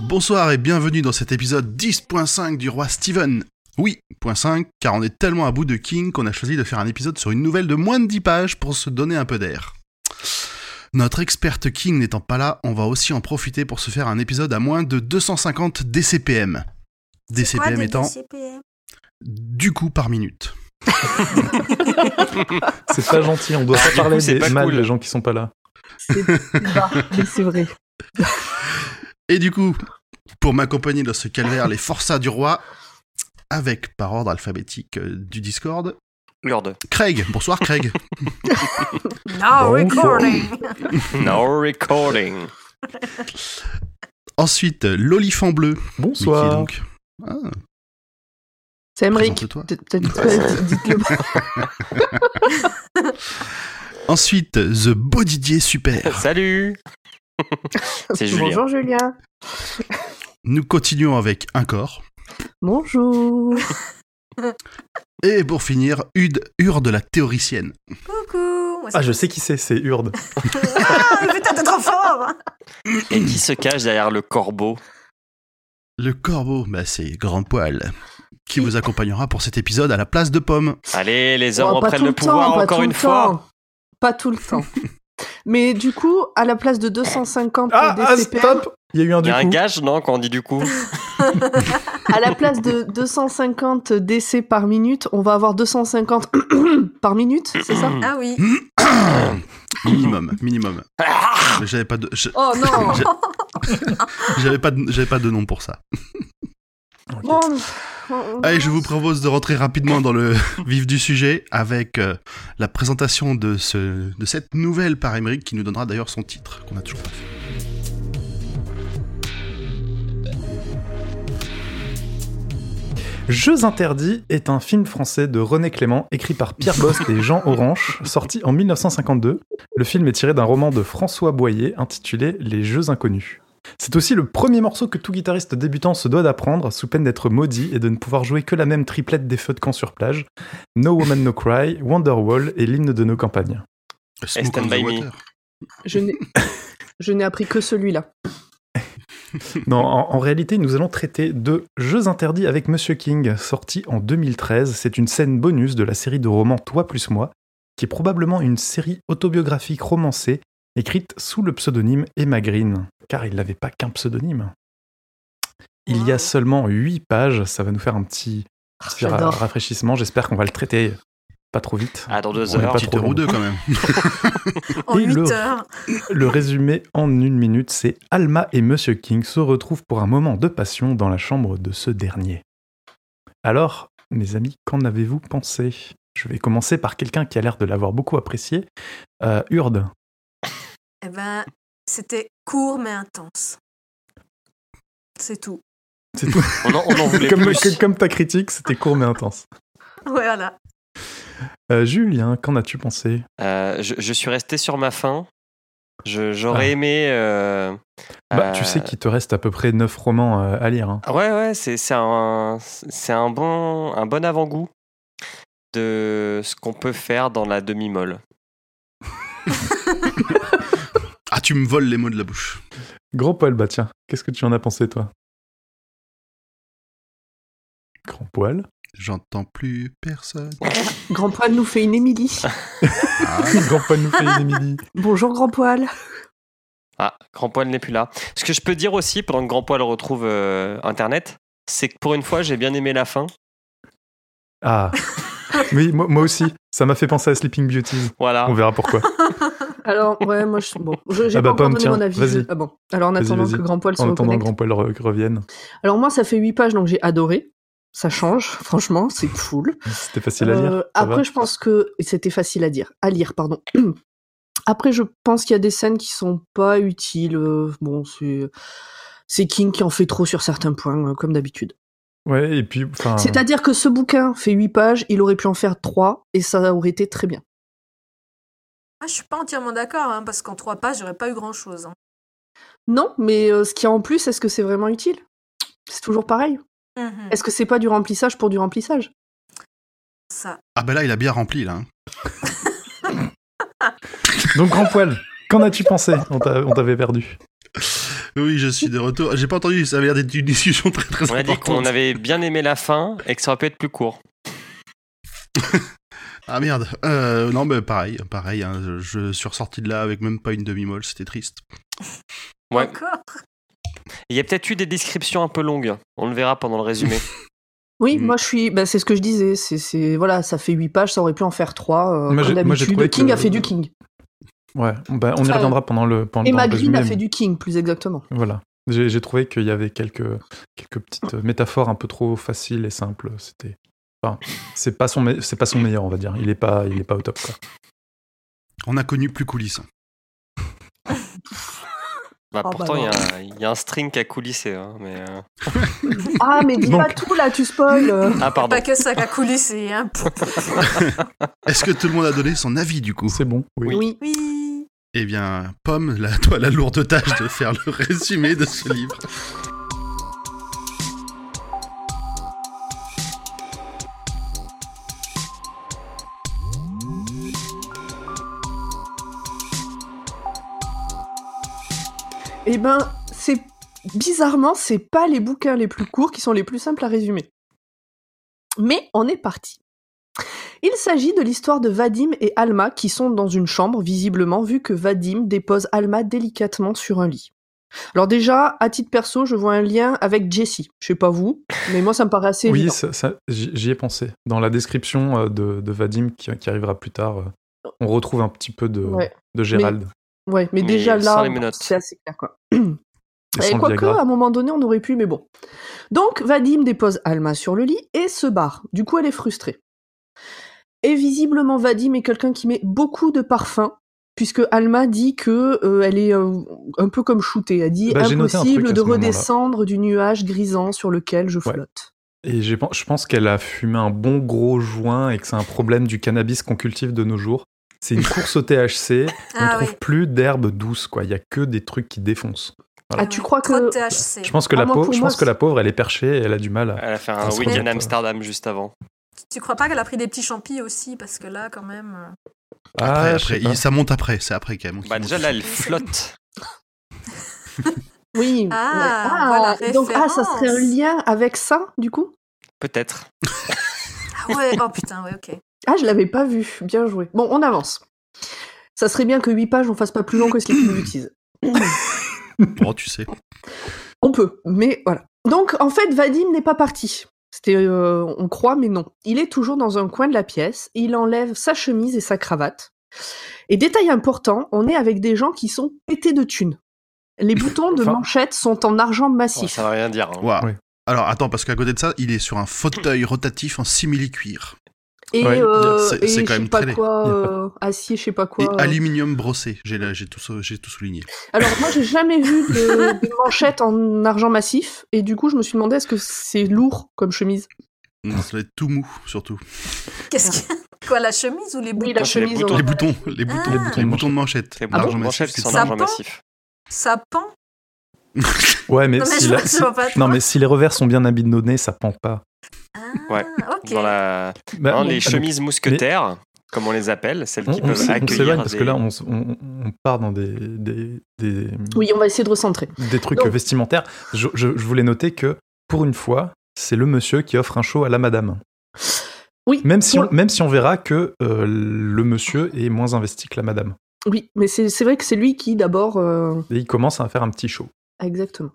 Bonsoir et bienvenue dans cet épisode 10.5 du roi Steven. Oui, point 5, car on est tellement à bout de King qu'on a choisi de faire un épisode sur une nouvelle de moins de 10 pages pour se donner un peu d'air. Notre experte King n'étant pas là, on va aussi en profiter pour se faire un épisode à moins de 250 DCPM. DCPM des étant DCPM? du coup par minute. C'est pas gentil, on doit Ah, pas du parler coup, c'est des- pas mal cool. des gens qui sont pas là. C'est bas, mais c'est vrai. Et du coup, pour m'accompagner dans ce calvaire, les forçats du roi, avec par ordre alphabétique euh, du Discord, Lourde. Craig. Bonsoir Craig. Now Bon, recording. No recording. Ensuite, euh, l'olifant bleu. mais qui est Bonsoir. donc... Ah, C'est Emmerich. présente-toi. Peut- Peut-être pas, dites-le pas. Ensuite, The Bodidier Super. Salut. C'est Julien. Bonjour Julien. Nous continuons avec Un corps. Bonjour. Et pour finir, Ude, Ur de la théoricienne. Coucou. Moi, c'est- Ah, je sais qui c'est, c'est Urde. Ah, putain, t'es trop fort. hein Et qui se cache derrière le corbeau Le corbeau, bah c'est Grand Poil, qui vous accompagnera pour cet épisode à la place de Pomme. Allez, les hommes Bon, Bah, pas reprennent tout le le pouvoir temps, pas encore tout une le fois. temps. Pas tout le temps. Mais du coup, à la place de 250 Ah, ah, DCPM, stop Il y a eu un Il du y a un coup. gage, non, quand on dit du coup à la place de 250 décès par minute, on va avoir 250 par minute, c'est ça Ah oui. Hmm. minimum, minimum. Mais J'avais pas de, je- Oh non j'avais pas, de- j'avais pas de nom pour ça. Ok. Bon, on- Allez, je vous propose de rentrer rapidement dans le vif du sujet avec euh, la présentation de, ce, de cette nouvelle par Emmerich qui nous donnera d'ailleurs son titre qu'on a toujours pas fait. Jeux interdits est un film français de René Clément, écrit par Pierre Bost et Jean Orange, sorti en 1952. Le film est tiré d'un roman de François Boyer intitulé Les Jeux inconnus. C'est aussi le premier morceau que tout guitariste débutant se doit d'apprendre, sous peine d'être maudit et de ne pouvoir jouer que la même triplette des feux de camp sur plage, No Woman No Cry, Wonderwall et l'hymne de nos campagnes. Smoke Stand on the by me. water. je n'ai- je n'ai appris que celui-là. Non, en, en réalité, nous allons traiter de Jeux interdits avec Monsieur King, sorti en 2013. C'est une scène bonus de la série de romans Toi plus moi, qui est probablement une série autobiographique romancée, écrite sous le pseudonyme Emma Green, car il n'avait pas qu'un pseudonyme. Il y a Wow. seulement 8 pages, ça va nous faire un petit, petit ra- J'adore. rafraîchissement, j'espère qu'on va le traiter pas trop vite. Ah, dans deux On est heures. pas Petite trop heure long. ou deux quand même. En Et 8 le- heures. Le résumé en une minute, c'est Alma et Monsieur King se retrouvent pour un moment de passion dans la chambre de ce dernier. Alors, mes amis, qu'en avez-vous pensé Je vais commencer par quelqu'un qui a l'air de l'avoir beaucoup apprécié, euh, Urde. Eh ben, c'était court mais intense. C'est tout. C'est tout. On en, on en voulait comme, plus. que- comme ta critique, c'était court mais intense. Ouais, voilà. Euh, Julien, qu'en as-tu pensé Euh, je, je suis resté sur ma faim. Je- J'aurais Ah. aimé. euh, Bah, euh, tu sais qu'il te reste à peu près 9 romans euh, à lire. hein. Ouais, ouais, c'est c'est un, c'est un bon, un bon avant-goût de ce qu'on peut faire dans la demi-molle. Ah, tu me voles les mots de la bouche. Grand poil, bah tiens, qu'est-ce que tu en as pensé, toi Grand poil J'entends plus personne. Grand Poil nous fait une Émilie. Ah, Grand poil nous fait une Émilie. Bonjour Grand Poil. Ah, Grand Poil n'est plus là. Ce que je peux dire aussi, pendant que Grand Poil retrouve euh, Internet, c'est que pour une fois, j'ai bien aimé la fin. Ah. Oui, moi, moi aussi. Ça m'a fait penser à Sleeping Beauties. Voilà. Ah. On verra pourquoi. Alors, ouais, moi, je, bon, je- j'ai Ah bah, pas encore Pomme, donné tiens, mon avis. vas-y. Ah bon. Alors, en Vas-y, attendant vas-y. que Grand Poil se En attendant, reconnecte. Grand Poil re- revienne. Alors, moi, ça fait 8 pages, donc j'ai adoré. Ça change, franchement, c'est cool. C'était facile à lire. Euh, ça va après, je pense que et c'était facile à dire, à lire, pardon. Après, je pense qu'il y a des scènes qui sont pas utiles. euh, Bon, c'est c'est King qui en fait trop sur certains points, euh, comme d'habitude. Ah Ouais, et puis. enfin, C'est-à-dire que ce bouquin fait 8 pages, il aurait pu en faire 3 et ça aurait été très bien. Ah, je suis pas entièrement d'accord, hein, parce qu'en trois pages, j'aurais pas eu hein. grand chose. Non, mais euh, ce qu'il y a en plus, est-ce que c'est vraiment utile C'est toujours pareil. Mm-hmm. Est-ce que c'est pas du remplissage pour du remplissage Ça. Ah ben là, il a bien rempli là. hein. Donc, Grand Poil, qu'en as-tu pensé On t'a- on t'avait perdu. Oui, je suis de retour. J'ai pas entendu, ça avait l'air d'être une discussion très très On a dit importante. qu'on avait bien aimé la fin et que ça aurait pu être plus court. Ah merde. Euh, non, mais pareil, pareil. hein, je- je suis ressorti de là avec même pas une demi-molle, c'était triste. Ouais. Encore Il y a peut-être eu des descriptions un peu longues. On le verra pendant le résumé. Bah, Oui, Mm. moi je suis. bah, c'est ce que je disais. C'est, c'est- voilà, ça fait 8 pages, ça aurait pu en faire 3. Moi, j'ai- moi, j'ai trouvé le King que- a fait du King. Ouais, bah, on y Enfin, reviendra pendant le pendant Et le Maglin résumé, a fait mais- du King, plus exactement. Voilà. J'ai j'ai trouvé qu'il y avait quelques, quelques petites métaphores un peu trop faciles et simples. C'était. Enfin, c'est pas, son me- c'est pas son meilleur, on va dire. Il est pas, il est pas au top. Quoi. On a connu plus coulissant. Bah, Oh, bah pourtant, il y a un- il y, a un string à coulisser. hein, mais, euh, Ah, mais dis Donc- pas tout là, tu spoil. euh. Ah, pardon. Pas que ça qu'à coulisser, hein. Est-ce que tout le monde a donné son avis du coup C'est bon. Oui. Oui. Oui. Eh bien, Pomme, la, toi la lourde tâche de faire le résumé de ce livre. Eh ben, c'est bizarrement, c'est pas les bouquins les plus courts qui sont les plus simples à résumer. Mais on est parti. Il s'agit de l'histoire de Vadim et Alma qui sont dans une chambre, visiblement, vu que Vadim dépose Alma délicatement sur un lit. Alors déjà, à titre perso, je vois un lien avec Jessie. Je sais pas vous, mais moi ça me paraît assez Oui, évident. ça- ça- j'y j'y ai pensé. Dans la description euh, de, de Vadim qui, qui arrivera plus tard, euh, on retrouve un petit peu de, Ouais. de Gérald. Ouais, mais Mais déjà sans là, les menottes. c'est assez clair quoi. Et Et sans le quoique, Viagra. à un moment donné, on aurait pu, mais bon. Donc, Vadim dépose Alma sur le lit et se barre. Du coup, elle est frustrée. Et visiblement, Vadim est quelqu'un qui met beaucoup de parfum, puisque Alma dit que euh, elle est euh, un peu comme shootée. Elle dit Bah, j'ai noté un truc à impossible ce de moment-là. redescendre du nuage grisant sur lequel je Ouais. flotte. Et j'ai pen- je pense qu'elle a fumé un bon gros joint et que c'est un problème du cannabis qu'on cultive de nos jours. C'est une course au THC. On ne Ah trouve oui. plus d'herbe douce, quoi. Il y a que des trucs qui défoncent. Voilà. Ah, tu crois Trop de que. THC. Je pense que, Ah, la, moi, pauvre, pour je moi, pense que la pauvre, elle est perchée et elle a du mal. à- Elle a fait Ah, un c'est week-end vrai. à Amsterdam juste avant. Tu crois pas qu'elle a pris des petits champis aussi Parce que là, quand même. euh, Après, Ah, je après sais pas. il- ça monte après, c'est après qu'elle monte. Bah, déjà, là, elle flotte. Oui. Ah, voilà, donc, ah, ça référence. serait un lien avec ça, du coup Peut-être. Ah ouais, oh putain, ouais, ok. Ah, je l'avais pas vu. Bien joué. Bon, on avance. Ça serait bien que 8 pages, on fasse pas plus long que ce qu'il nous utilise. Oh, tu sais. On peut, mais voilà. Donc, en fait, Vadim n'est pas parti. C'était, euh, on croit, mais non. Il est toujours dans un coin de la pièce. Il enlève sa chemise et sa cravate. Et détail important, on est avec des gens qui sont pétés de thunes. Les boutons de Enfin- manchette sont en argent Ouais, massif. ça va rien dire. hein. Waouh. Ouais. Alors attends, parce qu'à côté de ça, il est sur un fauteuil rotatif en simili-cuir. et Ouais, euh, c'est- et c'est je quand sais même pas traîné. quoi, Il y a pas- euh, acier, je sais pas Et quoi. euh. aluminium brossé, j'ai là- j'ai tout, sou- j'ai tout souligné. Alors moi j'ai jamais vu de, de manchette en argent massif et du coup je me suis demandé est-ce que c'est lourd comme chemise. Non, ça doit être tout mou, surtout. Qu'est-ce qu'il y a Quoi, la chemise ou les boutons la c'est les chemise. boutons. ouais. Les boutons, les boutons, Ah. les boutons, les boutons de manchette. Ah, C'est L'argent bon, massif, manchette c'est sans ça. argent Sapin massif. Ça pend Ouais, mais, Non, mais si je la- vois- je si- vois pas non, trop. mais si les revers sont bien abandonnés, ça pend pas. Ah, Ouais, ok. Dans la... Bah, hein, on- les donc, chemises mousquetaires, comme on les appelle, celles On, qui on peuvent s'é- on accueillir. s'éloigne parce des- que là, on, s- on- on part dans des, des, des- Oui on va essayer de recentrer. des trucs Donc- vestimentaires. Je, je- je voulais noter que, pour une fois, c'est le monsieur qui offre un show à la madame. Oui. Même si pour- on, même si on verra que euh, le monsieur est moins investi que la madame. Oui mais c'est c'est vrai que c'est lui qui d'abord euh, Et il commence à faire un petit show. exactement.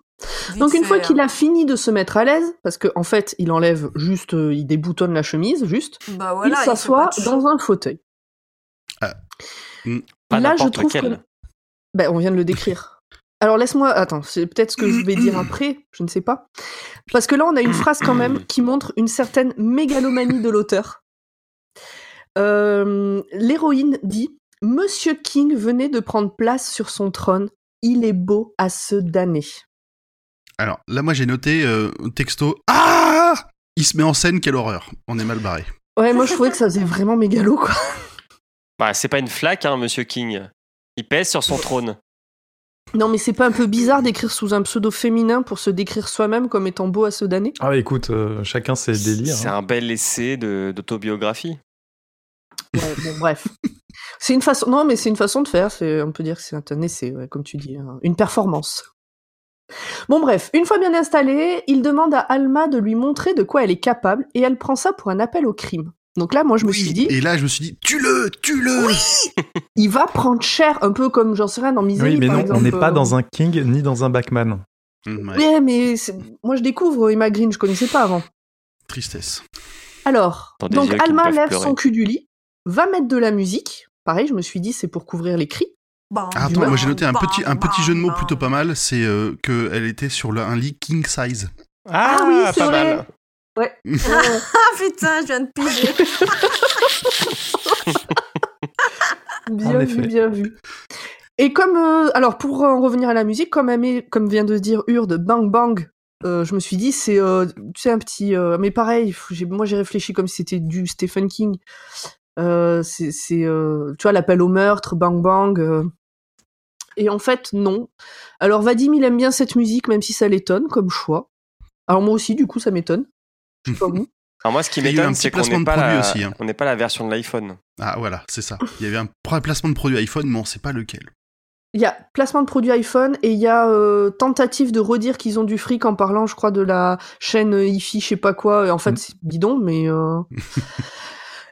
Vite Donc une fait, fois qu'il hein. euh, a fini de se mettre à l'aise parce qu'en en fait il enlève juste euh, il déboutonne la chemise juste Bah voilà, il fait s'assoit pas de dans un fauteuil. Ah, Pas Là je n'importe trouve lequel. que ben, on vient de le décrire. Alors laisse-moi, attends, c'est peut-être ce que je vais dire après, je ne sais pas. Parce que là, on a une phrase quand même qui montre une certaine mégalomanie de l'auteur. Euh, L'héroïne dit Monsieur King venait de prendre place sur son trône. Il est beau à se damner. Alors là, moi j'ai noté euh, texto. Ah Il se met en scène, quelle horreur. On est mal barré. Ouais, moi je trouvais que ça faisait vraiment mégalo, quoi. Bah, c'est pas une flaque, hein, monsieur King. Il pèse sur son trône. Non, mais c'est pas un peu bizarre d'écrire sous un pseudo féminin pour se décrire soi-même comme étant beau à se damner Ah, bah, écoute, euh, chacun ses délires. C'est hein. un bel essai de- d'autobiographie. Ouais, bon, bref. C'est une façon. Non, mais c'est une façon de faire. c'est- On peut dire que c'est un essai, ouais, comme tu dis, hein, une performance. Bon bref, une fois bien installée, il demande à Alma de lui montrer de quoi elle est capable et elle prend ça pour un appel au crime. Donc là, moi, je me Oui, suis dit, Et là, je me suis dit, tue-le, tue-le il va prendre cher, un peu comme j'en sais rien dans Misery, Oui, mais par non, exemple. euh, on n'est pas dans un King ni dans un Backman. Hum, ouais, Ouais, mais c'est- moi, je découvre Emma Green, je connaissais pas avant. Tristesse. Alors, Dans des yeux donc qui ne Alma peuvent lève pleurer. son cul du lit, va mettre de la musique. Pareil, je me suis dit, c'est pour couvrir les cris. Bam, Ah, Bah, attends, moi j'ai noté un bam, petit, un bam, petit jeu de mots bam. plutôt pas mal, c'est euh, que qu'elle était sur le- un lit king size. Ah oui, c'est pas vrai. mal. Ouais. Oh. Mm. Ouais. Ah putain, je viens de piger. Bien En vu, effet. bien vu. Et comme, euh, alors pour en revenir à la musique, comme, Amé- comme vient de dire Urde, bang bang, euh, je me suis dit c'est, euh, tu sais un petit, euh, mais pareil, pff, j'ai- moi j'ai réfléchi comme si c'était du Stephen King. Euh, c'est, c'est, euh, tu vois, l'appel au meurtre, bang bang. euh. Et en fait, non. Alors Vadim, il aime bien cette musique, même si ça l'étonne comme choix. Alors moi aussi, du coup, ça m'étonne. Je sais pas vous. Alors moi, ce qui Il y a eu un m'étonne, petit c'est qu'on placement n'est de pas, produit la... aussi, hein. on n'est pas la version de l'iPhone. Ah voilà, c'est ça. Il y avait un pro- placement de produit iPhone, mais on sait pas lequel. Il y a placement de produits iPhone et il y a euh, tentative de redire qu'ils ont du fric en parlant, je crois, de la chaîne euh, IFI, je sais pas quoi. Et En fait, Mm. c'est bidon, mais. euh,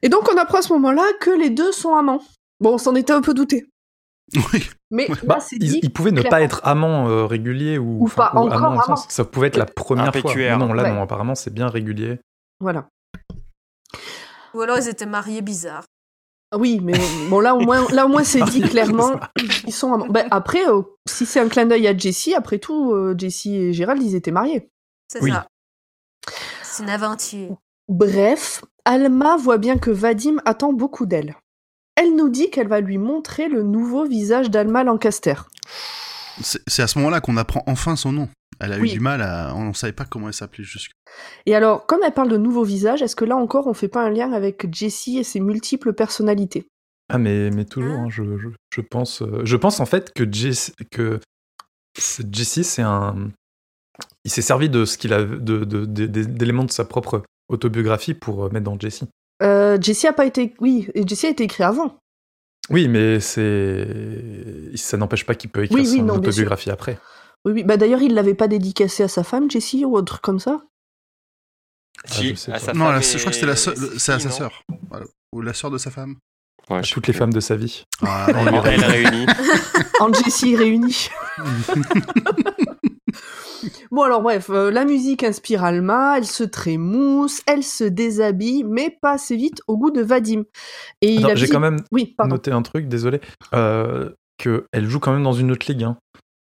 et donc, on apprend à ce moment-là que les deux sont amants. Bon, on s'en était un peu douté. Oui. Mais Bah, là, c'est ils, dit. ils pouvaient ne clairement. pas être amants euh, réguliers ou, Ou pas enfin, encore amants, au amants. sens- Ça pouvait être la première fois. PQR. Non, non, là, Ouais. non, apparemment, c'est bien régulier. Voilà. Ou alors ils étaient mariés bizarre. Ah Oui, mais bon, là, au moins, là, au moins Ah c'est dit clairement. Ils sont amants. Ben, après, euh, si c'est un clin d'œil à Jessie, après tout, euh, Jessie et Gérald, ils étaient mariés. C'est Oui. ça. C'est une aventure. Bref, Alma voit bien que Vadim attend beaucoup d'elle. Elle nous dit qu'elle va lui montrer le nouveau visage d'Alma Lancaster. C'est c'est à ce moment-là qu'on apprend enfin son nom. Elle a eu Oui. du mal à. On ne savait pas comment elle s'appelait jusque. Et alors, comme elle parle de nouveau visage, est-ce que là encore on fait pas un lien avec Jessie et ses multiples personnalités Ah, mais, mais toujours, hein, je, je- je pense, euh, je pense en fait que Jesse, que c'est- Jesse, c'est un. Il s'est servi de ce qu'il a, de, de- de- des- d'éléments de sa propre autobiographie pour euh, mettre dans Jesse. euh, Jessie a pas été. Oui, et Jessie a été écrit avant. Oui, mais c'est. Ça n'empêche pas qu'il peut écrire Oui, son oui, non, bien sûr. autobiographie après. Oui, oui. Bah d'ailleurs, il l'avait pas dédicacé à sa femme, Jessie, ou un truc comme ça. Ah, je sais à pas. sa Non, femme la- et- je crois que c'était la sœur- si, c'est à sa non sœur. Voilà. Ou la sœur de sa femme. Ouais, À je- toutes les femmes de sa vie. Ah, Elle non, elle réunit. En Jessie réunie. Bon alors bref, euh, la musique inspire Alma, elle se trémousse, elle se déshabille, mais pas assez vite au goût de Vadim. Et il Attends, a J'ai visite- quand même Oui, pardon. noté un truc, désolé, euh, qu'elle joue quand même dans une autre ligue. hein.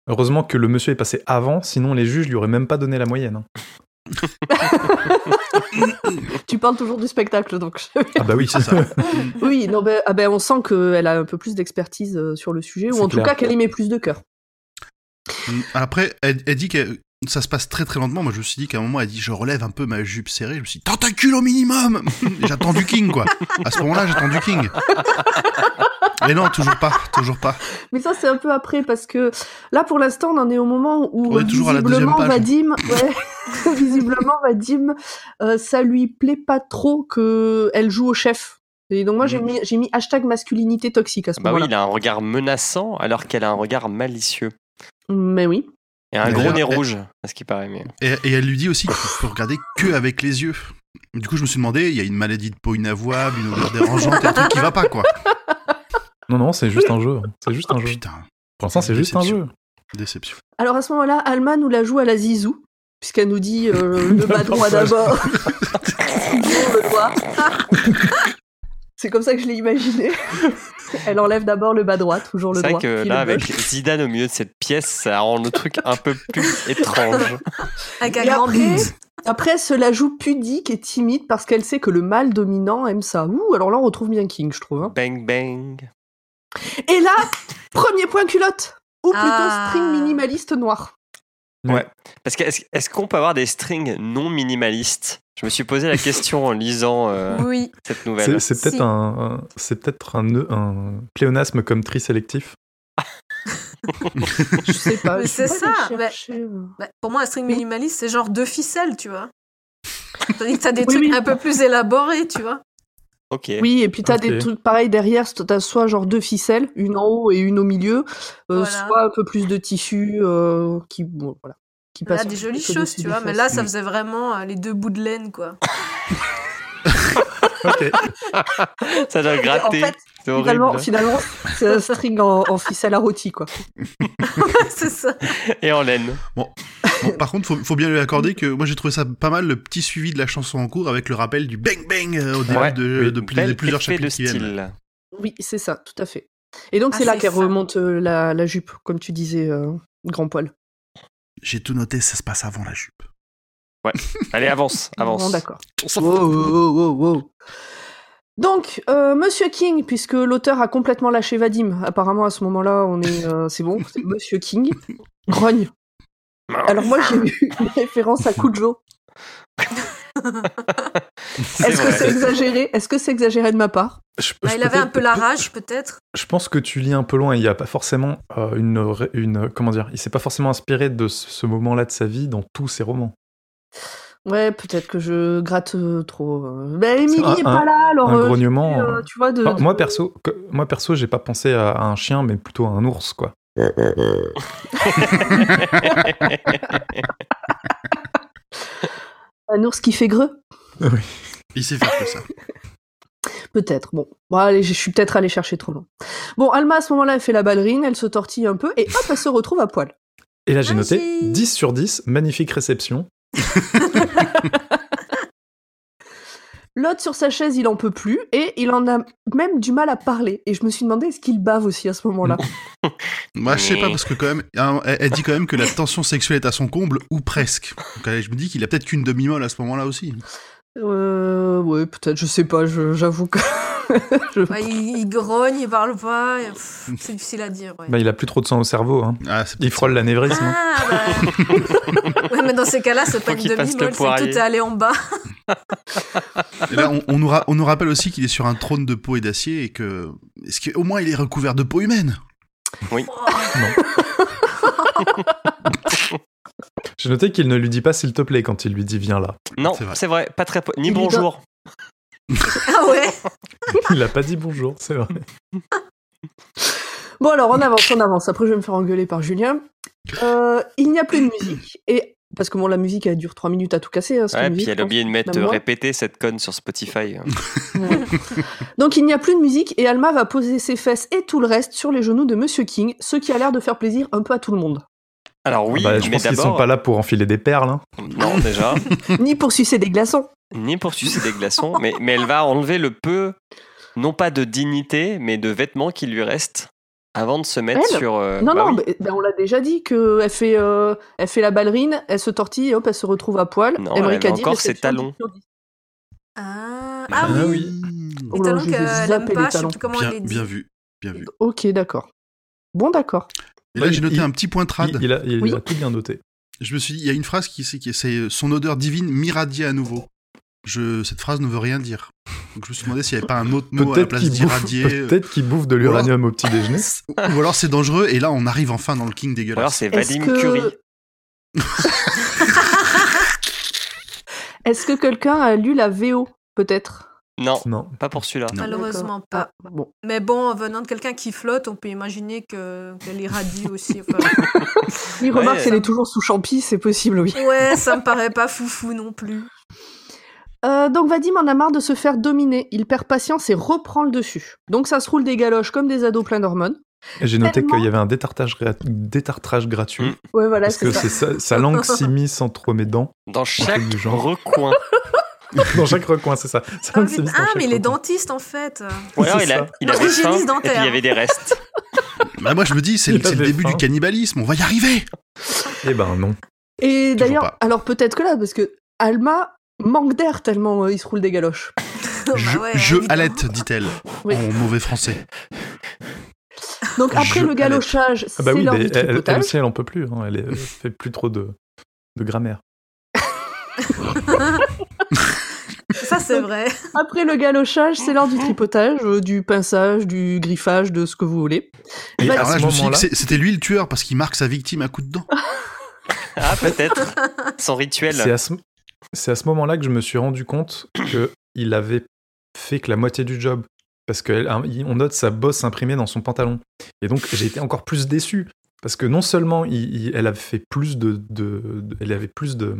Heureusement que le monsieur est passé avant, sinon les juges lui auraient même pas donné la moyenne. hein. Tu parles toujours du spectacle, donc. Ah bah oui, C'est ça. oui, non, ben, ah ben, on sent qu'elle a un peu plus d'expertise euh, sur le sujet, ou C'est en tout clair. cas qu'elle y met plus de cœur. Mm. Après, elle, elle dit que ça se passe très très lentement. Moi, je me suis dit qu'à un moment, elle dit Je relève un peu ma jupe serrée. Je me suis dit Tentacule au minimum Et J'attends du King, quoi. À ce moment-là, j'attends du King. Et non, toujours pas, toujours pas. Mais ça, c'est un peu après, parce que là, pour l'instant, on en est au moment où On est toujours à la deuxième visiblement page. Vadim, ouais, visiblement Vadim, euh, ça lui plaît pas trop que elle joue au chef. Et donc moi, j'ai mis, j'ai mis hashtag masculinité toxique à ce Mm. Bah oui, moment-là. il a un regard menaçant alors qu'elle a un regard malicieux. Mm, Mais oui. Et un Mais gros d'ailleurs, nez elle- rouge, à ce qui paraît. Mais... Et, et elle lui dit aussi qu'il faut regarder que avec les yeux. Du coup, je me suis demandé Il y a une maladie de peau inavouable, une odeur dérangeante, un truc qui va pas, quoi. non, non, c'est juste un jeu. hein. C'est juste un jeu. Putain, Pour l'instant, c'est juste un jeu. Déception. déception. Alors à ce moment-là, Alma nous la joue à la Zizou, puisqu'elle nous dit euh, le bas droit d'abord, Zizou, le doigt. C'est comme ça que je l'ai imaginé. Elle enlève d'abord le bas droit, toujours le C'est vrai droit. que puis là, le avec gauche. Zidane au milieu de cette pièce, ça rend le truc un peu plus étrange. Avec un Et grand après, bide. après, elle se la joue pudique et timide parce qu'elle sait que le mâle dominant aime ça. Ouh, alors là, on retrouve bien King, je trouve. hein. Bang bang. Et là, premier point culotte, ou plutôt Ah. string minimaliste noir. Parce que est-ce est-ce qu'on peut avoir des strings non minimalistes Je me suis posé la question en lisant euh, Oui. cette C'est nouvelle. c'est peut-être Si. un, un- c'est peut-être un, nœud- un pléonasme comme tri sélectif. Je sais pas. Mais je sais c'est pas ça, les mais- chercher, euh. Bah, pour moi, un string minimaliste, c'est genre deux ficelles, tu vois. Tandis que t'as des Oui, trucs oui. un peu plus élaborés, tu vois. Ok. Oui, et puis t'as Ok. des trucs pareils derrière, c'est- t'as soit genre deux ficelles, une en haut et une au milieu, euh, Voilà. soit un peu plus de tissu euh, qui, bon, voilà, qui Là, passe des un jolies peu choses, dessus tu des vois, mais fesses. là, ça faisait vraiment euh, les deux bouts de laine, quoi. Ok. Ça doit En gratter. fait, c'est finalement, horrible. hein. finalement, c'est un string en, en ficelle à rôti, quoi. c'est ça. Et en laine. Bon, par contre, faut, faut bien lui accorder que moi j'ai trouvé ça pas mal le petit suivi de la chanson en cours avec le rappel du bang bang euh, au début Ouais, de, oui. de plus- Bel des plusieurs effet chapitres de qui viennent. style. Oui, c'est ça, tout à fait. Et donc, Ah, c'est là c'est qu'elle ça. remonte euh, la, la jupe, comme tu disais, euh, grand poil. J'ai tout noté, ça se passe avant la jupe. Allez, avance, Bon, avance. d'accord. On s'en Wow, fout. wow, wow, wow. Donc, euh, Monsieur King, puisque l'auteur a complètement lâché Vadim, apparemment à ce moment-là, on est, euh, c'est bon, c'est Monsieur King, grogne. Alors moi, j'ai eu une référence à Kujo. C'est Est-ce que vrai. c'est exagéré Est-ce que c'est exagéré de ma part Je- Bah, je il avait un peut-être- peu la peut- rage, peut-être. Je pense que tu lis un peu loin et il n'y a pas forcément euh, une, ré- une. Comment dire Il s'est pas forcément inspiré de ce, ce moment-là de sa vie dans tous ses romans. Ouais, peut-être que je gratte euh, trop. euh. Ben, Émilie un- est pas un- là, Oh, alors un euh, grognement. euh, euh, tu vois de. enfin, moi perso, que- moi perso, j'ai pas pensé à, à un chien, mais plutôt à un ours, quoi. Un ours qui fait greu, Il sait faire que ça. peut-être. Bon, bon allez, je suis peut-être allé chercher trop loin. Bon, Alma à ce moment-là, elle fait la ballerine, elle se tortille un peu et hop, elle se retrouve à poil. Et là, j'ai Ah, noté Magique. 10 sur 10, magnifique réception. L'autre sur sa chaise, il en peut plus et il en a même du mal à parler. Et je me suis demandé est-ce qu'il bave aussi à ce moment-là. Moi, je sais pas Mais- parce que quand même, hein, elle, elle dit quand même que la tension sexuelle est à son comble ou presque. Donc euh, je me dis qu'il a peut-être qu'une demi-molle à ce moment-là aussi. euh, ouais, peut-être, je sais pas, je- j'avoue que. je- Ouais, Bah, il, il grogne, il parle pas. et pff, C'est difficile à dire, ouais. Bah, il a plus trop de sang au cerveau. Hein. Ah, c'est Il frôle l'anévrisme. hein. Ah, bah. ouais, mais dans ces cas-là, c'est pas Faut une qu'il passe le demi-molle, c'est poirier. tout est allé en bas. Et là, on, on nous ra- on nous rappelle aussi qu'il est sur un trône de peau et d'acier et que. Est-ce qu'au moins il est recouvert de peau humaine Oh, Ah. J'ai noté qu'il ne lui dit pas s'il te plaît quand il lui dit viens là. non, C'est vrai. c'est vrai. pas très. po- Ni Il lui bonjour. ah ouais Il a pas dit bonjour, c'est vrai. Bon, alors on avance, on avance. Après, je vais me faire engueuler par Julien. Euh, il n'y a plus de musique. Et. Parce que bon, la musique, elle dure 3 minutes à tout casser. hein, cette Ouais, musique, puis elle a hein. oublié de mettre Même euh, moi. répéter cette conne sur Spotify. Ouais. Donc il n'y a plus de musique et Alma va poser ses fesses et tout le reste sur les genoux de Monsieur King, ce qui a l'air de faire plaisir un peu à tout le monde. Alors oui, Ah bah, je mais pense qu'ils sont d'abord. pas là pour enfiler des perles. hein. Non, déjà. Ni pour sucer des glaçons. Ni pour sucer des glaçons. Mais, mais elle va enlever le peu, non pas de dignité, mais de vêtements qui lui restent avant de se mettre Elle sur. euh, non, bah non, oui. mais- ben, on l'a déjà dit qu'elle fait, euh, elle fait la ballerine, elle se tortille, hop, elle se retrouve à poil. Non, Aymeric elle a a dit encore réception ses talons. 10 sur 10. Ah, Ah ah oui, Ah oui. Oh Les là, talons je vais qu'elle aime zapper les pas, je sais talons. plus comment bien, elle est dit. bien vu. Bien vu. Ok, d'accord. Bon, d'accord. Et là, Ouais, j'ai noté il- un petit point trad. Il, il a, il Oui. a tout bien noté. Je me suis dit, il y a une phrase qui c'est qui- c'est son odeur divine m'irradiait à nouveau. Je, cette phrase ne veut rien dire. Donc je me suis demandé s'il n'y avait pas un autre mot à la Peut-être place qu'il bouffe, d'irradier. peut-être qu'il bouffe de l'uranium au petit déjeuner. Ou alors c'est dangereux et là on arrive enfin dans le King Ou Alors dégueulasse. c'est Est-ce Vadim que- Curie. Est-ce que quelqu'un a lu la VO, peut-être Non, Non. pas pour celui-là. Non. Malheureusement pas. Ah, bon. Mais bon, venant de quelqu'un qui flotte, on peut imaginer que- qu'elle irradie aussi. enfin. Il Ouais. remarque, elle est toujours sous champi, c'est possible, oui. ouais, ça me paraît pas foufou non plus. Euh, donc Vadim en a marre de se faire dominer. Il perd patience et reprend le dessus. Donc ça se roule des galoches comme des ados pleins d'hormones. Et J'ai noté Tellement. qu'il y avait un détartrage, gra- détartrage gratuit. Mm. Ouais, voilà, parce c'est que ça. c'est sa, sa langue s'immisce entre mes dents. Dans chaque du genre. recoin. Dans chaque recoin, c'est ça. Sa Ah, langue putain, s'immisce dans ah, mais chaque il est recoin. dentiste en fait. Ou alors C'est il, a, ça. il avait faim Hygiéniste et puis il y dentaire. avait des restes. Bah, moi je me dis, c'est Il le, c'est le avait début faim. du cannibalisme, on va y arriver Eh ben non. Et Toujours d'ailleurs, pas. alors peut-être que là, parce que Alma manque d'air tellement euh, il se roule des galoches. Bah Je, ouais, je évidemment. halète, dit-elle, Oui. en mauvais français. Donc après Je le galochage, Ah bah c'est oui, l'heure mais du elle, elle- elle tripotage. aussi, elle en peut plus. hein. Elle, est- elle fait plus trop de, de grammaire. Ça c'est vrai. Après le galochage, c'est l'heure du tripotage, euh, du pinçage, du griffage, de ce que vous voulez. Et Bah, à Alors là, ce je me suis dit que moment-là, c'est- c'était lui le tueur parce qu'il marque sa victime à coups de dent. Ah peut-être. Son c'est rituel. à ce, c'est à ce moment-là que je me suis rendu compte que il avait fait que la moitié du job. Parce qu'on note sa bosse imprimée dans son pantalon. Et donc, j'ai été encore plus déçu. Parce que non seulement il- il- elle avait fait plus de, de- de- elle avait plus de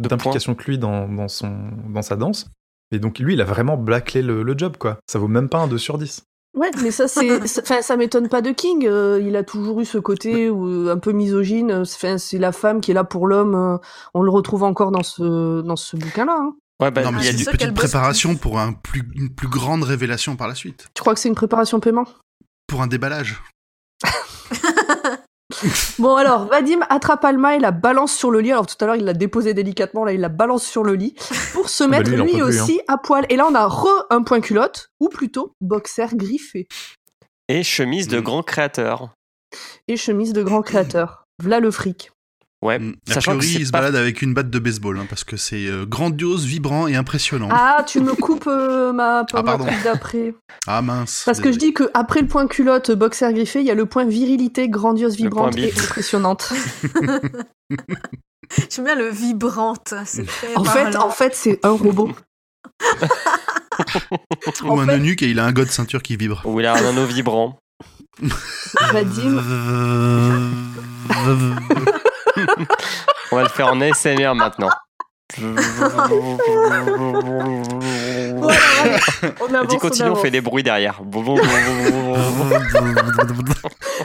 d'implication que lui dans, dans son dans sa danse, mais donc lui il a vraiment blacklé le, le job quoi. Ça vaut même pas un 2 sur 10. Ouais, mais ça, c'est, ça- enfin, ça m'étonne pas de King. euh, il a toujours eu ce côté où, un peu misogyne. euh, c'est- Enfin, c'est la femme qui est là pour l'homme. euh, on le retrouve encore dans ce, dans ce bouquin-là. hein. Ouais, bah, non, mais Ah, il y a c'est c'est du- une ça petite qu'elle bosse préparation plus. pour un plus, une plus grande révélation par la suite. Tu crois que c'est une préparation paiement Pour un déballage. Bon, alors, Vadim attrape Alma et la balance sur le lit. Alors, tout à l'heure, il l'a déposée délicatement. Là, il la balance sur le lit pour se bah, mettre lui, il en lui, peut plus, aussi à poil. Et là, on a re un point culotte, ou plutôt boxer griffé et chemise de Mm. grand créateur. et chemise de grand créateur. V'là le fric. Ouais, Mm. A Euh, sachant que priori, il c'est se pas- balade avec une batte de baseball, hein, parce que c'est euh, grandiose, vibrant et impressionnant. Ah, Ah, tu me coupes euh, Ah, ma pomme pardon. d'après. Ah, mince. Parce que je désolé. dis que après le point culotte boxer griffé, il y a le point virilité grandiose Le point vibrante et bif. impressionnante. J'aime bien le vibrante. C'est très en fait, en parlant. fait, c'est un robot. Ou en un fait- eunuque et il a un god ceinture qui vibre. Où Oh, il a un anneau vibrant. Vadim, On va le faire en ASMR maintenant. Voilà, voilà. on avance, Dis continue, on avance. fait des bruits derrière.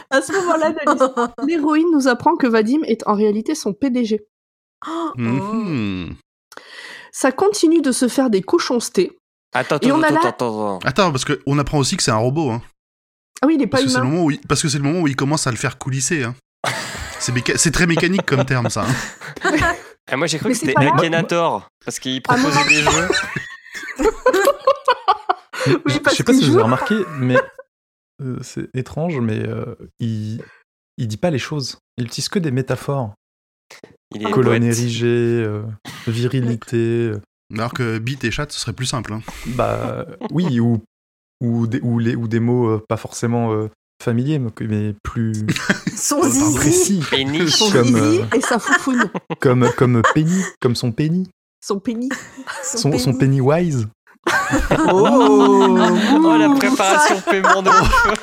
À ce moment-là, de l'histoire, l'héroïne nous apprend que Vadim est en réalité son PDG. Oh. Mhm. Ça continue de se faire des cochons stés. Attends, Et on attends, a là- attends, attends, attends. Attends, parce qu'on apprend aussi que c'est un robot. hein. Ah oui, il est pas Parce que c'est le humain. moment où il, parce que c'est le moment où il commence à le faire coulisser. hein. C'est méca- c'est très mécanique comme terme ça. hein. Ah, moi j'ai cru Mais que c'est c'était pas grave. Akhenator parce qu'il Ah, moi, proposait des jeux. Oui, je parce sais pas qu'il si vous avez joue. remarqué, mais euh, c'est étrange, mais euh, il il dit pas les choses. Il utilise que des métaphores. Il est Colonne poète. érigée, euh, virilité. euh, Alors que bite et chat, ce serait plus simple. hein. bah oui, ou ou des ou les ou des mots euh, pas forcément euh, familiers, mais- mais plus Son Oh, pardon. zizi. précis. Péniche. Son Comme, zizi euh, et sa foufoune. comme, comme Penny, comme son Penny, Son pénis. son, son pénis. Pennywise. Oh la Ouh, préparation paiement de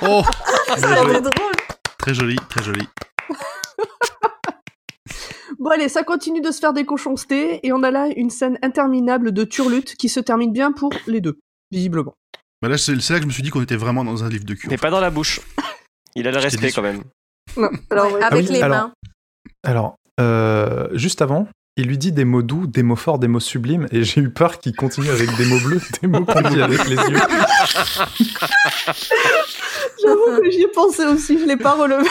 Oh, Ah, Ça va être drôle. très joli, très joli. Bon allez, ça continue de se faire des cochons stés et on a là une scène interminable de turlute qui se termine bien pour les deux, visiblement. Bah là, c'est c'est là que je me suis dit qu'on était vraiment dans un livre de cul. Mais pas dans la bouche. Il a le t'ai respect dit. quand même. Non, Ah alors, Ah ouais. Avec Ah oui, les alors- mains. Alors, euh, juste avant, il lui dit des mots doux, des mots forts, des mots sublimes, et j'ai eu peur qu'il continue avec des mots bleus, des mots qu'on dit avec les yeux. J'avoue que j'y ai pensé aussi, je l'ai pas relevé.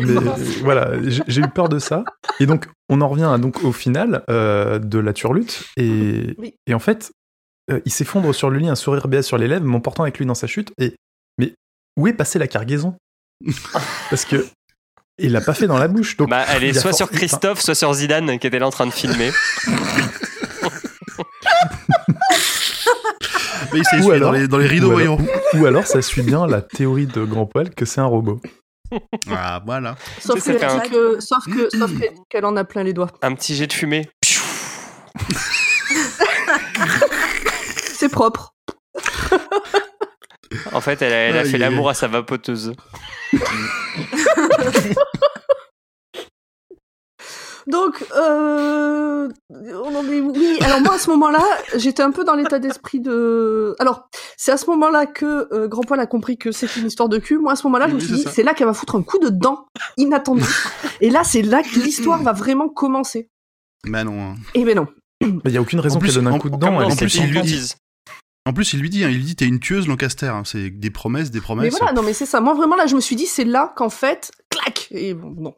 Mais euh, voilà, j'ai j'ai eu peur de ça. Et donc, on en revient à, donc, au final euh, de la turlute, et, Oui. et en fait, euh, il s'effondre sur le lit, un sourire béat sur les lèvres, m'emportant avec lui dans sa chute, et mais où est passée la cargaison Parce que il l'a pas fait dans la bouche, oh, donc Bah, elle est il a soit for- hein. sur Christophe, soit sur Zidane qui était là en train de filmer. Mais il s'est Ou essuyé alors- dans les, dans les rideaux, ou alors- voyons. Bah. Ou alors ça suit bien la théorie de Grand Poil que c'est un robot. Ah, voilà. Sauf C'est que, fait un- sauf que, sauf que, sauf que- qu'elle en a plein les doigts. Un petit jet de fumée. Pfiou. C'est propre. En fait, elle a, elle a Aïe, fait aïe, l'amour à sa vapoteuse. Donc, euh, on en est où Oui, alors moi à ce moment-là, j'étais un peu dans l'état d'esprit de. Alors, c'est à ce moment-là que euh, Grand Poil a compris que c'est une histoire de cul. Moi à ce moment-là, je me Oui, suis c'est dit, ça. c'est là qu'elle va foutre un coup de dent inattendu. Et là, c'est là que l'histoire va vraiment commencer. Bah non. hein. Et ben non. Il y a aucune raison En plus, qu'elle donne en- un coup de Comme dent. en dans Elle est plus, cette il lui dit- hantise. En plus, il lui dit, hein, il lui dit, t'es une tueuse, Lancaster. hein. C'est des promesses, des promesses. Mais voilà, non, mais c'est ça. Moi, vraiment, là, je me suis dit, c'est là qu'en fait, clac Et bon, non.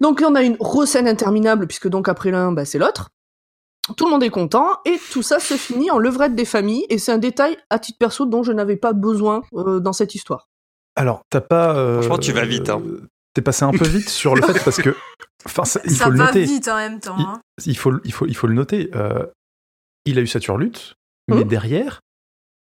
Donc, on a une re-scène interminable, puisque donc, après l'un, bah, c'est l'autre. Tout le monde est content, et tout ça se finit en levrette des familles, et c'est un détail, à titre perso, dont je n'avais pas besoin euh, dans cette histoire. Alors t'as pas. euh, Franchement, tu vas vite, hein. T'es passé un peu vite sur le fait parce que. Enfin, ça- il Ça faut le va noter. vite en même temps. hein. Il faut, il faut, il faut le noter. euh, il a eu sa turlute, mais Mhm. derrière,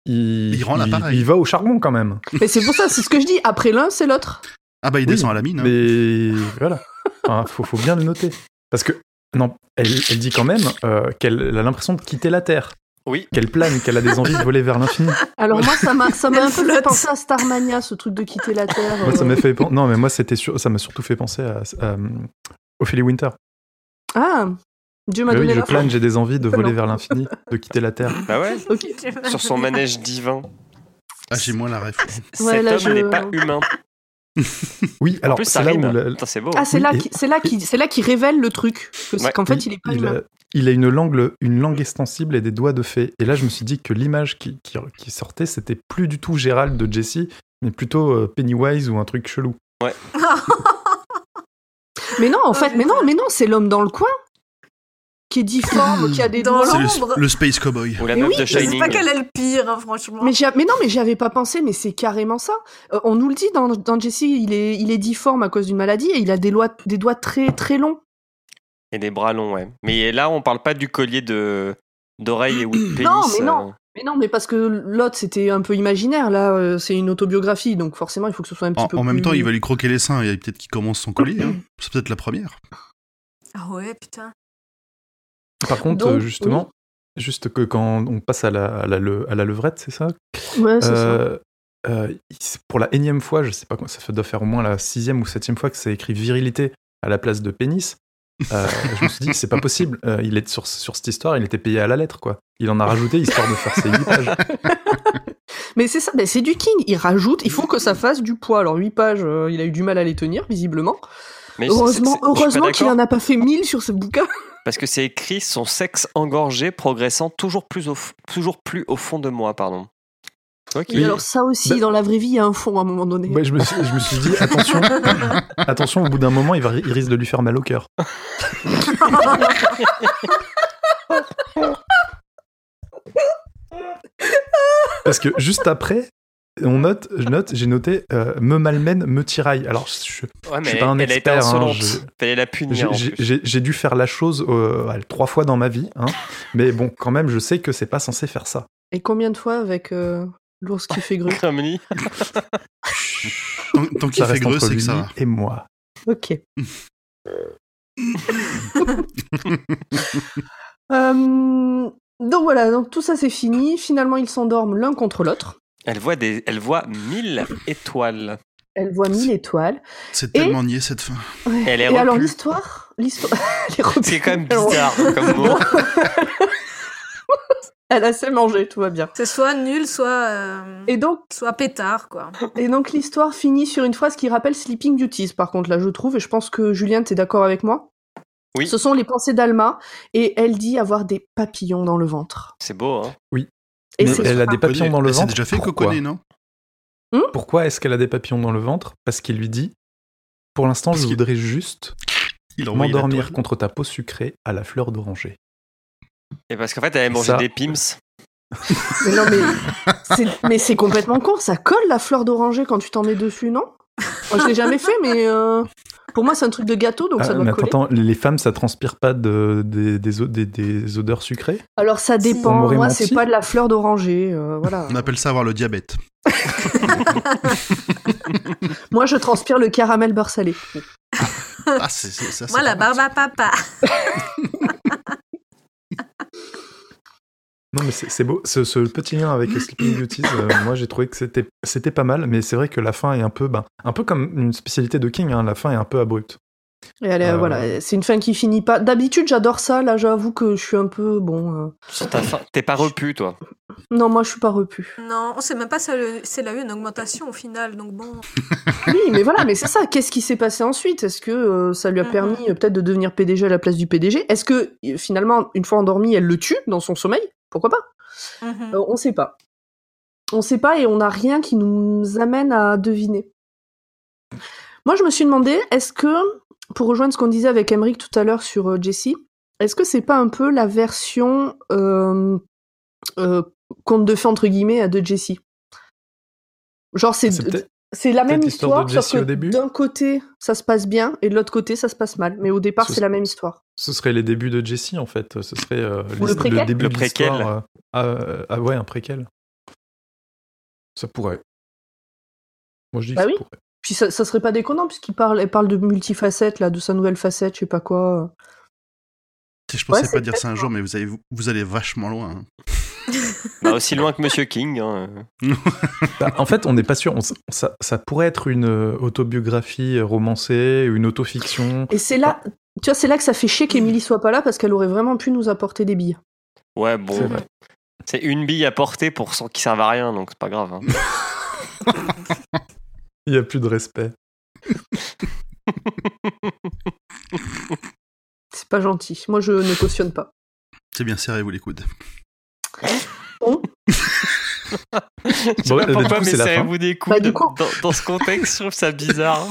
il, Il rend l'appareil. il va au charbon quand même. Mais c'est pour ça, c'est ce que je dis, après l'un, c'est l'autre. Ah bah, il Oui, descend à la mine. hein. Mais voilà, Enfin, faut, faut bien le noter parce que non, elle, elle dit quand même euh, qu'elle a l'impression de quitter la terre. Oui. Qu'elle plane, qu'elle a des envies de voler vers l'infini. Alors moi, ça m'a ça m'a Elle un peu fait flotte. penser à Starmania, ce truc de quitter la Terre. Moi, ça euh. m'a fait pen- Non, mais moi, c'était sur- ça m'a surtout fait penser à, à, euh, Ophélie Winter. Ah, Dieu m'a Bah oui, donné je la fin. plane, j'ai des envies de Non. voler vers l'infini, de quitter la Terre. Bah ouais. Ok. Sur son manège divin. Ah, j'ai moins la ref. Ouais, Cet là, homme je- n'est pas humain. Oui, alors en plus, ça c'est là où rime. la- Putain, c'est beau. Ah, c'est Oui, là et- qui- c'est là qui c'est là qui révèle le truc que c'est Ouais. qu'en fait, il- il est pas il humain. a- il a une langue, une langue extensible et des doigts de fée. Et là, je me suis dit que l'image qui, qui- qui sortait, c'était plus du tout Gérald de Jesse, mais plutôt euh, Pennywise ou un truc chelou. Mais non, en Oh, fait, mais non, mais non, c'est l'homme dans le coin qui est difforme, qui a des Dans doigts. C'est l'ombre. le, le Space Cowboy. Ou la Mais meuf oui, de Je sais Shining. pas quel est le pire, hein, franchement. Mais, j'y a- mais non, mais j'y avais pas pensé, mais c'est carrément ça. Euh, on nous le dit dans, dans Jesse, il est, il est difforme à cause d'une maladie et il a des, lois, des doigts très très longs. Et des bras longs, ouais. Mais là, on parle pas du collier de d'oreille et ou de pénis. Non, mais non. euh, Mais non, mais parce que l'autre c'était un peu imaginaire, là euh, c'est une autobiographie, donc forcément il faut que ce soit un petit En, peu. en même plus- temps, il va lui croquer les seins et peut-être qu'il commence son collier. hein. C'est peut-être la première. Ah ouais, putain. Par contre, Donc, euh, justement, juste que quand on passe à la, à la, le- à la levrette, c'est ça Ouais, c'est ça. Euh, euh, il- c'est Pour la énième fois, je sais pas quoi, ça fait- doit faire au moins la sixième ou septième fois que c'est écrit virilité à la place de pénis. Euh, je me suis dit, c'est pas possible. Euh, il est sur, sur cette histoire, il était payé à la lettre, quoi. Il en a rajouté histoire de faire ses huit pages. Mais c'est ça, ben c'est du King. Il rajoute, il faut que ça fasse du poids. Alors 8 pages, euh, il a eu du mal à les tenir, visiblement. mais Heureusement, heureusement qu'il en a. a pas fait 1000 sur ce bouquin. Parce que c'est écrit son sexe engorgé progressant toujours plus au, f- toujours plus au fond de moi, pardon. Ok. Oui, alors ça aussi, Ben- dans la vraie vie, il y a un fond à un moment donné. Ouais, Bah, je, me suis, je me suis dit, attention, attention, au bout d'un moment, il, va, il risque de lui faire mal au cœur. Parce que juste après, on note, je note, j'ai noté euh, me malmène, me tiraille. Alors, je- Ouais, je mais suis pas un elle a été expert, hein, insolente. je- Fallait la j'ai- punir. en j'ai plus. j'ai- j'ai dû faire la chose euh, ouais, trois fois dans ma vie, hein. mais bon, quand même, je sais que c'est pas censé faire ça. Et combien de fois avec euh, l'ours qui fait grue Crumly. Tant, tant qu'il ça fait reste greu, entre c'est que lui ça va. et moi. Ok. Euh, donc voilà, donc tout ça c'est fini. Finalement, ils s'endorment l'un contre l'autre. Elle voit des, elle voit mille étoiles. Elle voit mille étoiles. C'est tellement nié cette fin. Ouais. Elle est Et alors repue. l'histoire, l'histoire, elle est repue. C'est quand même bizarre hein, comme mot. Elle a assez mangé, tout va bien. C'est soit nul, soit, euh, Et donc, soit pétard, quoi. Ah, et donc l'histoire finit sur une phrase qui rappelle Sleeping Beauties. Par contre, là, je trouve, et je pense que Julien, t'es d'accord avec moi. Oui. Ce sont les pensées d'Alma, et elle dit avoir des papillons dans le ventre. C'est beau, hein. Et Mais c'est elle a des papillons Coconnet. dans le Elle s'est ventre. déjà fait Pourquoi coconner, non Pourquoi est-ce qu'elle a des papillons dans le ventre Parce qu'il lui dit Pour l'instant, Parce je qu'il- voudrais juste Il a envoyé la m'endormir toile. contre ta peau sucrée à la fleur d'oranger. Et parce qu'en fait, elle avait mangé Ça. des pims. Mais non, mais c'est- mais c'est complètement con. Ça colle la fleur d'oranger quand tu t'en mets dessus, non Moi, je l'ai jamais fait, mais euh, pour moi, c'est un truc de gâteau, donc ça Ah, doit mais coller. attends, attends, les femmes, ça transpire pas de, des, des o- des- des odeurs sucrées Alors, ça Si. dépend. On m'aurait Moi, menti. c'est pas de la fleur d'oranger. euh, voilà. On appelle ça avoir le diabète. Moi, je transpire le caramel beurre salé. Ah, c'est c'est- ça. c'est Moi, la pas mal, barbe à papa. Non, mais c'est c'est beau. Ce, ce petit lien avec Sleeping Beauties, euh, moi, j'ai trouvé que c'était- c'était pas mal, mais c'est vrai que la fin est un peu, ben, un peu comme une spécialité de King, hein, la fin est un peu abrupte. Et elle est- Euh. voilà, c'est une fin qui finit pas. D'habitude, j'adore ça. Là, j'avoue que je suis un peu bon. euh, Sur ta faim. T'es pas repu, toi. Non, moi, je suis pas repu. Non, on sait même pas si elle si elle a eu une augmentation au final, donc bon. Oui, mais voilà, mais c'est ça. Qu'est-ce qui s'est passé ensuite Est-ce que euh, ça lui a Mhm. permis euh, peut-être de devenir PDG à la place du PDG Est-ce que euh, finalement, une fois endormie, elle le tue dans son sommeil Pourquoi pas Mhm. Euh, On sait pas. On sait pas et on n'a rien qui nous amène à deviner. Moi, je me suis demandé, est-ce que, pour rejoindre ce qu'on disait avec Emmerich tout à l'heure sur euh, Jessie, est-ce que c'est pas un peu la version euh, euh, conte de fées entre guillemets à de Jessie Genre, c'est Ah, C'est peut-être- c'est la même peut-être l'histoire histoire, de sauf Jessie au que début d'un côté ça se passe bien et de l'autre côté ça se passe mal. Mais au départ, Ce- c'est la même histoire. Ce serait les débuts de Jessie, en fait. Ce serait euh, Ou le l'hist- préquel début Le de préquel. l'histoire, euh, ah, ah ouais, un préquel. Ça pourrait. Moi, je dis que Bah ça oui. pourrait. Puis ça, ça serait pas déconnant puisqu'il parle, elle parle de multifacettes là, de sa nouvelle facette, je sais pas quoi. Je pensais Ouais, pas c'est dire ça un jour, mais vous, avez, vous allez vachement loin. hein. Bah, aussi loin que Monsieur King. hein. Bah, en fait, on n'est pas sûr. On s- ça, ça pourrait être une euh, autobiographie euh, romancée, une autofiction. Et c'est là, tu vois, c'est là que ça fait chier qu'Émilie soit pas là parce qu'elle aurait vraiment pu nous apporter des billes. Ouais, C'est bon. vrai. C'est une bille à porter pour son qui servent à rien, donc c'est pas grave. hein. Il n'y a plus de respect. C'est pas gentil. Moi, je ne cautionne pas. C'est bien serré, vous les coudes. Je sais Bon, pas euh, du pourquoi, coup, mais c'est la fin. serrez-vous des coudes Bah, du coup- dans, dans ce contexte, je trouve ça bizarre.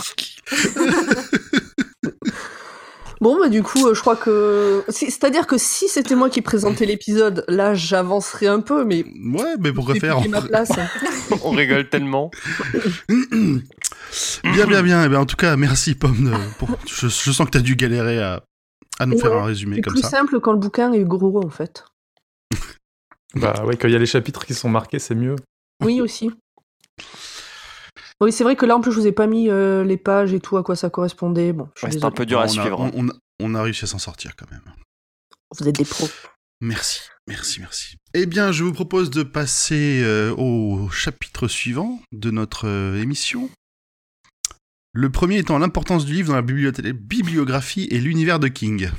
Bon, bah, du coup, euh, je crois que. c'est- C'est-à-dire que si c'était moi qui présentais l'épisode, là, j'avancerais un peu, mais. Ouais, mais pourquoi j'ai faire pris ma place. On rigole tellement. bien, bien, bien. Eh bien, en tout cas, merci, Pomme. de- pour- Je, je sens que t'as dû galérer à, à nous Ouais, faire un résumé C'est comme plus ça. simple quand le bouquin est gros, en fait. Bah ouais, quand il y a les chapitres qui sont marqués, c'est mieux. Oui, aussi. Oui, c'est vrai que là, en plus, je vous ai pas mis euh, les pages et tout à quoi ça correspondait. Bon, je suis Ouais, c'est un désolée. peu dur à on, a, suivre. hein. on- on a- on a réussi à s'en sortir quand même. Vous êtes des pros. Merci, merci, merci. Eh bien, je vous propose de passer euh, au chapitre suivant de notre euh, émission. Le premier étant l'importance du livre dans la bibliothé- bibliographie et l'univers de King.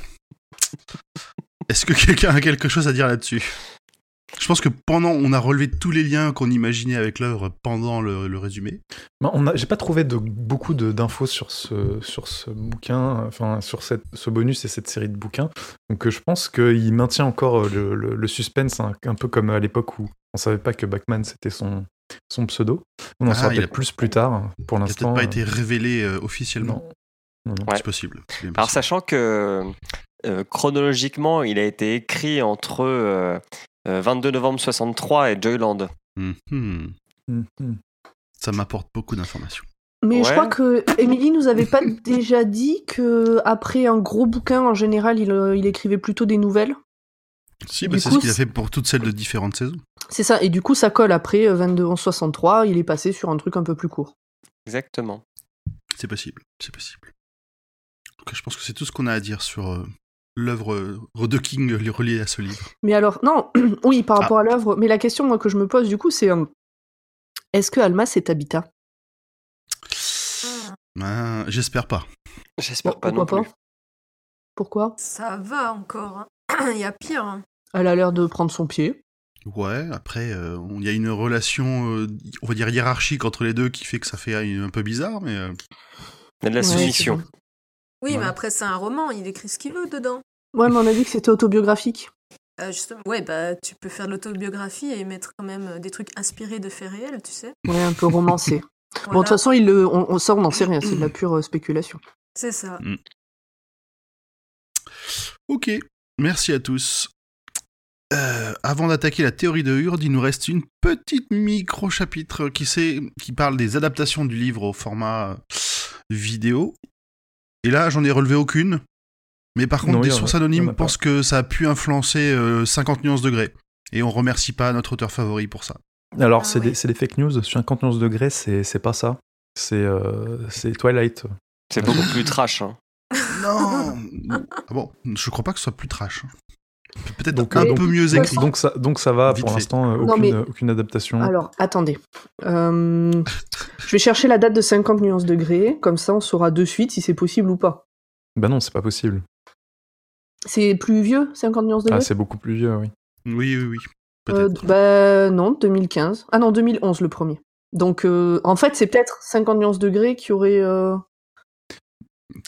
Est-ce que quelqu'un a quelque chose à dire là-dessus Je pense que pendant, on a relevé tous les liens qu'on imaginait avec l'œuvre pendant le, le résumé. Bah, on a- J'ai pas trouvé de, beaucoup de- d'infos sur ce, sur ce bouquin, enfin sur cette, ce bonus et cette série de bouquins. Donc euh, je pense qu'il maintient encore euh, le, le- le suspense, hein, un peu comme à l'époque où on savait pas que Bachman c'était son, son pseudo. On en Ah, saura il a- peut-être plus plus tard. Pour Il n'a l'instant, peut-être pas été euh, révélé euh, officiellement. non. Non, non. Ouais. C'est possible. c'est bien Alors possible. sachant que euh, chronologiquement, il a été écrit entre euh, euh, 22 novembre 63 et Joyland. Mhm. Hum, hum. Ça m'apporte beaucoup d'informations. Mais je Ouais. crois que Émilie nous avait pas déjà dit que après un gros bouquin, en général, il, euh, il écrivait plutôt des nouvelles. Si, bah, Du c'est coup, ce qu'il a c'est- fait pour toutes celles de différentes saisons. C'est ça. Et du coup, ça colle. Après euh, 22 11 63, il est passé sur un truc un peu plus court. Exactement. C'est possible, c'est possible. En tout cas, je pense que c'est tout ce qu'on a à dire sur euh, l'œuvre euh, de King euh, reliée à ce livre. Mais alors, non, oui, par Ah. rapport à l'œuvre. Mais la question moi, que je me pose, du coup, c'est euh, est-ce que Alma, c'est Habitat Ah, Ben, J'espère pas. J'espère Bon, pas non pourquoi plus. pas Pourquoi Ça va encore. hein. Il y a pire. hein. Elle a l'air de prendre son pied. Ouais, après, euh, on- il y a une relation, euh, on va dire hiérarchique entre les deux qui fait que ça fait un, un peu bizarre, mais euh, Il y a de la Ouais, soumission. Oui, Voilà. mais après, c'est un roman. Il écrit ce qu'il veut dedans. Ouais, mais on a dit que c'était autobiographique. Euh, justement, ouais, bah, tu peux faire de l'autobiographie et mettre quand même euh, des trucs inspirés de faits réels, tu sais. Ouais, un peu romancé. Bon, de Voilà. toute façon, il le, on, on- ça, on n'en sait rien. C'est de la pure euh, spéculation. C'est ça. ok. Merci à tous. Euh, avant d'attaquer la théorie de Hurd, il nous reste une petite micro-chapitre qui, sait- qui parle des adaptations du livre au format euh, vidéo. Et là, j'en ai relevé aucune. Mais par contre, Non, il des y en a- sources il y en anonymes a pas. pensent que ça a pu influencer euh, 50 nuances degrés. Et on remercie pas notre auteur favori pour ça. Alors Ah c'est ouais. des, c'est des fake news. Sur 51 degrés, c'est c'est pas ça. C'est euh, c'est Twilight. C'est beaucoup plus trash. hein. Non Ah bon, je crois pas que ce soit plus trash. Pe- Peut-être Donc, un euh, donc- peu mieux écrit. Donc ça, donc ça va Vite pour fait. l'instant, euh, Non, aucune, mais- euh, aucune adaptation. Alors, attendez. Euh, je vais chercher la date de 50 nuances degrés. Comme ça, on saura de suite si c'est possible ou pas. Bah non, c'est pas possible. C'est plus vieux, 50 nuances degrés Ah, c'est beaucoup plus vieux, oui. Oui, oui, oui. Euh, Peut-être. Bah non, 2015. Ah non, 2011 le premier. Donc, euh, en fait, c'est peut-être 50 nuances degrés qui aurait. euh, C'est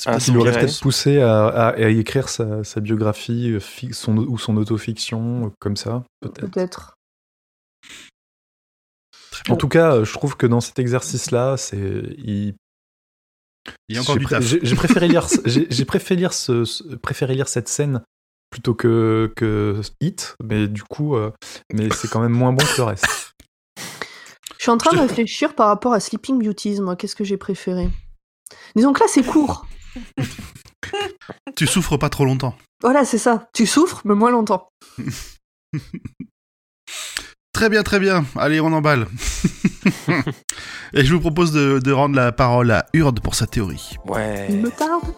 Ah, peut-être c'est Il une aurait Ouais. peut-être poussé à, à- à écrire sa, sa biographie euh, fi- son, ou son autofiction, euh, comme ça, peut-être. Peut-être. En tout cas, euh, je trouve que dans cet exercice-là, c'est il- Il y a encore j'ai du pré- taf. J'ai j'ai préféré lire, ce- j'ai j'ai préféré lire ce, ce- préféré lire cette scène plutôt que que Hit, mais du coup, euh, mais c'est quand même moins bon que le reste. Je suis en train Je de te- réfléchir par rapport à Sleeping Beauties, moi. Qu'est-ce que j'ai préféré Disons que là, c'est court. Tu souffres pas trop longtemps. Voilà, c'est ça. Tu souffres, mais moins longtemps. Très bien, très bien. Allez, on emballe. Et je vous propose de, de rendre la parole à Hurd pour sa théorie. Eh. Ouais. Il me tarde.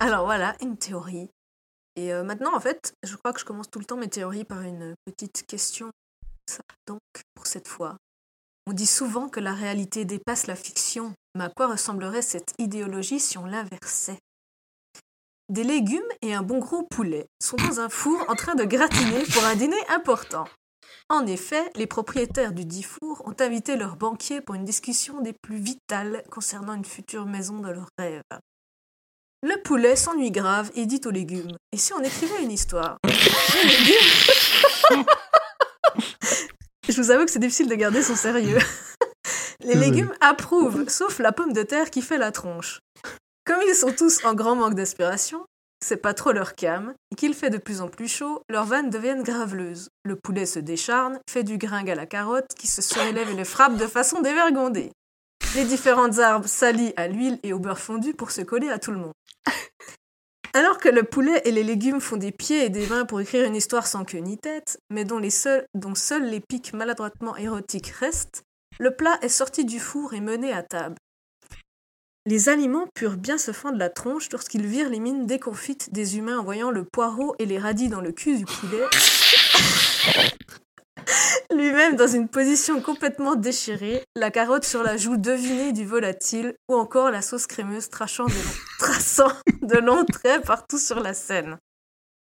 Alors voilà, une théorie. Et euh, maintenant, en fait, je crois que je commence tout le temps mes théories par une petite question. Ça, Donc, pour cette fois, on dit souvent que la réalité dépasse la fiction. Mais à quoi ressemblerait cette idéologie si on l'inversait Des légumes et un bon gros poulet sont dans un four en train de gratiner pour un dîner important. En effet, les propriétaires du dit four ont invité leur banquier pour une discussion des plus vitales concernant une future maison de leurs rêves. Le poulet s'ennuie grave et dit aux légumes Et si on écrivait une histoire Les légumes- Je vous avoue que c'est difficile de garder son sérieux. Les Désolé. légumes approuvent, sauf la pomme de terre qui fait la tronche. Comme ils sont tous en grand manque d'aspiration, c'est pas trop leur cam, et qu'il fait de plus en plus chaud, leurs vannes deviennent graveleuses. Le poulet se décharne, fait du gringue à la carotte, qui se surélève et le frappe de façon dévergondée. Les différentes arbres s'allient à l'huile et au beurre fondu pour se coller à tout le monde. Alors que le poulet et les légumes font des pieds et des mains pour écrire une histoire sans queue ni tête, mais dont, les seuls, dont seuls les pics maladroitement érotiques restent, le plat est sorti du four et mené à table. Les aliments purent bien se fendre la tronche lorsqu'ils virent les mines déconfites des humains en voyant le poireau et les radis dans le cul du poulet. Lui-même dans une position complètement déchirée, la carotte sur la joue devinée du volatile, ou encore la sauce crémeuse trachant de longs- traçant de longs traits partout sur la scène.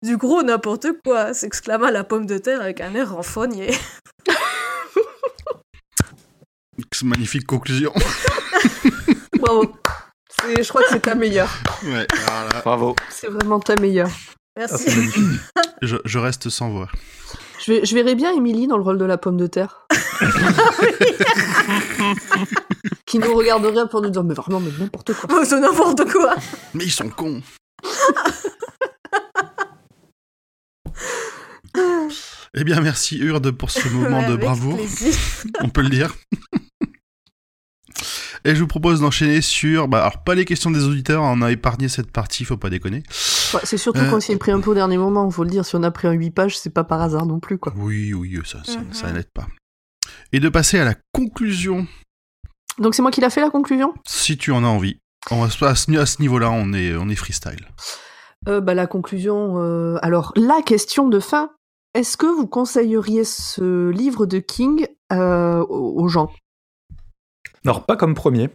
Du gros n'importe quoi, s'exclama la pomme de terre avec un air renfogné. Magnifique conclusion. Bravo. C'est- Je crois que c'est ta meilleure. Ouais, voilà. Bravo. C'est vraiment ta meilleure. Ah, Merci. c'est magnifique. Je, je reste sans voix. Je, vais- je verrais bien Émilie dans le rôle de la pomme de terre. qui nous regarderait pour nous dire mais vraiment mais n'importe quoi. Oh, c'est n'importe quoi. Mais ils sont cons. eh bien, merci Urde pour ce moment Ouais, de avec bravoure, plaisir. on peut le dire. Et je vous propose d'enchaîner sur, bah, alors pas les questions des auditeurs, on a épargné cette partie, faut pas déconner. Ouais, c'est surtout Euh. qu'on s'y est pris un peu au dernier moment, faut le dire, si on a pris un 8 pages, c'est pas par hasard non plus quoi. Oui, oui, ça, ça, Mhm. ça n'aide pas. Et de passer à la conclusion, Donc c'est moi qui l'a fait la conclusion si tu en as envie. On va, à ce, à ce niveau-là, on est, on est freestyle. Euh, bah, la conclusion. euh, Alors, la question de fin. Est-ce que vous conseilleriez ce livre de King euh, aux aux gens Alors, pas comme premier.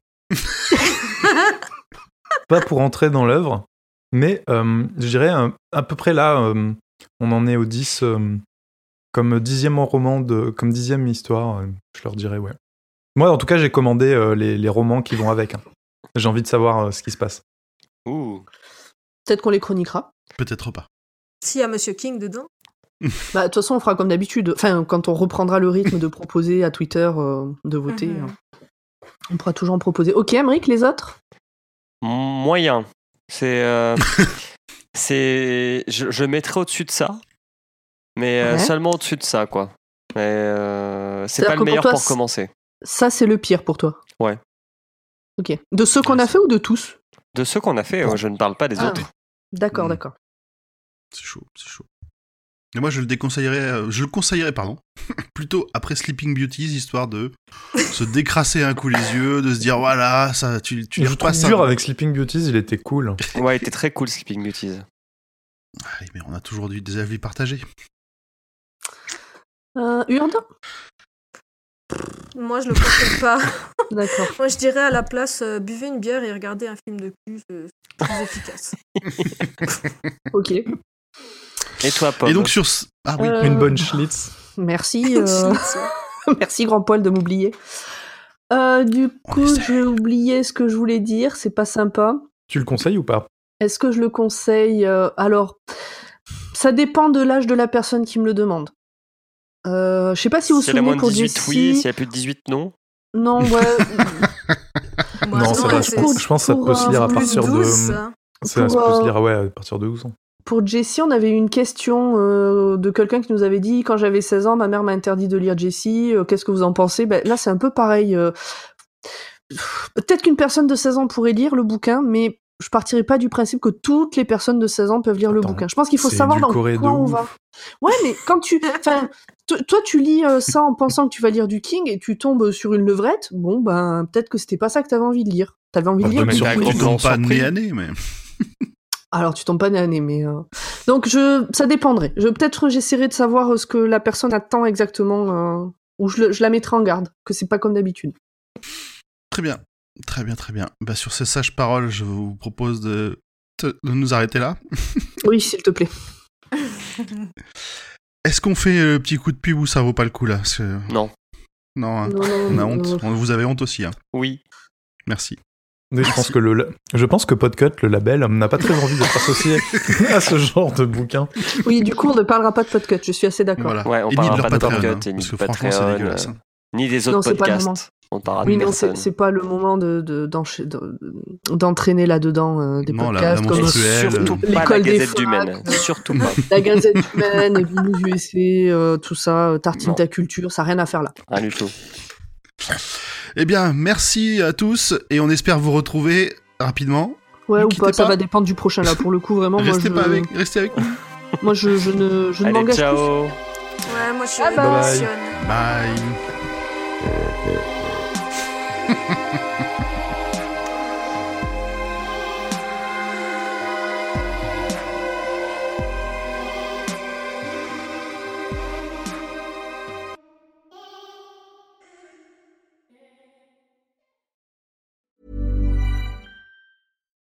pas pour entrer dans l'œuvre, mais euh, je dirais euh, à peu près là, euh, on en est au 10, euh, comme dixième roman, de, comme dixième histoire, euh, je leur dirais, ouais. Moi, en tout cas, j'ai commandé euh, les, les romans qui vont avec. hein. J'ai envie de savoir euh, ce qui se passe. Ouh. Peut-être qu'on les chroniquera. Peut-être pas. S'il y a Monsieur King dedans, Bah, De toute façon, on fera comme d'habitude. Enfin, quand on reprendra le rythme de proposer à Twitter euh, de voter, Mhm. euh, on pourra toujours en proposer. Ok, Amric, les autres Moyen. C'est. euh, c'est. Je, je mettrais au-dessus de ça, mais euh, Ouais. seulement au-dessus de ça, quoi. Mais, euh, c'est C'est-à-dire pas que le pour meilleur toi, pour c'est- commencer. Ça, c'est le pire pour toi. Ouais. Ok. De ceux qu'on a fait ou de tous De ceux qu'on a fait, euh, je ne parle pas des Ah. autres. D'accord, Mhm. d'accord. C'est chaud, c'est chaud. Et moi, je le déconseillerais, euh, je le conseillerais, pardon, plutôt après Sleeping Beauties, histoire de se décrasser un coup les yeux, de se dire voilà, ça, tu, tu Et les je trouve repasses un- dur avec Sleeping Beauties, il était cool. Ouais, il était très cool, Sleeping Beauties. Allez, Ah, mais on a toujours du- des avis partagés. Euh, Urde moi je le conseille pas. D'accord. Moi je dirais à la place, euh, buvez une bière et regardez un film de cul, euh, c'est plus efficace. Ok. Et toi, Pomme Et donc sur, ce- ah oui, Euh, Une bonne Schlitz. Merci. euh, Merci grand poil de m'oublier. Euh, du On coup, essaie. j'ai oublié ce que je voulais dire, c'est pas sympa. Tu le conseilles ou pas Est-ce que je le conseille euh, Alors, ça dépend de l'âge de la personne qui me le demande. Euh, je sais pas si vous vous Si elle a souvenez moins de pour 18, Jessie- oui. S'il y a plus de 18, non. Non, ouais. Moi, non, non, ça va, mais je c'est- pense, je pense que ça pour peut se un lire à plus partir douce, de. euh, hein. Ça, ça Pour, peut se euh, lire, ouais, à partir de 12 ans. pour Jessie, on avait eu une question euh, de quelqu'un qui nous avait dit quand j'avais 16 ans, ma mère m'a interdit de lire Jessie. euh, Qu'est-ce que vous en pensez Ben, Là, c'est un peu pareil. euh, Peut-être qu'une personne de 16 ans pourrait lire le bouquin, mais je partirais pas du principe que toutes les personnes de 16 ans peuvent lire le Attends, bouquin. Je pense qu'il faut c'est savoir dans quoi édulcoré de on ouf. va. Ouais, mais quand tu, enfin, to- toi, tu lis euh, ça en pensant que tu vas lire du King et tu tombes sur une levrette. Bon, ben, peut-être que c'était pas ça que t'avais envie de lire. T'avais envie de Bah, lire. mais du t'as King. grand- tu tombes grand pas surpris. nez à nez, mais Alors, tu tombes pas nez à nez, mais. euh, Donc, je... ça dépendrait. Je... Peut-être j'essaierai de savoir euh, ce que la personne attend exactement, euh, ou je, le- je la mettrai en garde, que c'est pas comme d'habitude. Très bien, très bien, très bien. Bah, sur ces sages paroles, je vous propose de, te- de nous arrêter là. Oui, s'il te plaît. Est-ce qu'on fait le petit coup de pub ou ça vaut pas le coup là Parce que- Non. Non, hein. Non, non, on a non, honte. non. On- Vous avez honte aussi, hein. Oui. Merci. Oui, je pense que le, le- je pense que Podcut, le label, n'a pas très envie d'être associé à ce genre de bouquin. Oui, du coup, on ne parlera pas de podcast, je suis assez d'accord. Voilà. Ouais, on Et ni parlera de leur pas de Patreon, Podcut hein, et ni parce de que franchement, c'est Patreon, euh. dégueulasse. hein. Ni des autres Non, c'est pas le moment. podcasts. On parlera Oui, de non, personne. c'est c'est pas le moment de de- d'enche- de- d'entraîner là-dedans euh, des Non, la- podcasts la comme Et mensuelle. Mensuel, surtout euh, pas la l'école des Gazette du facs, Maine. euh, Surtout pas. la Gazette humaine, et Binous USC, euh, tout ça, euh, Tartine Non. ta culture, ça n'a rien à faire là. Rien du tout. Eh bien, merci à tous et on espère vous retrouver rapidement. Ouais, Ne ou quittez pas, ça pas. va dépendre du prochain là. Pour le coup, vraiment, moi, Restez, je, pas avec, restez avec nous. moi je, je ne, je ne Allez, m'engage plus. ciao. Ouais, moi je suis Bye bye. démissionne. Bye.